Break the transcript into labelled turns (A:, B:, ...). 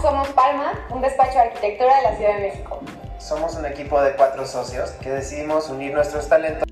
A: Somos Palma, un despacho de arquitectura de la Ciudad de México.
B: Somos un equipo de cuatro socios que decidimos unir nuestros talentos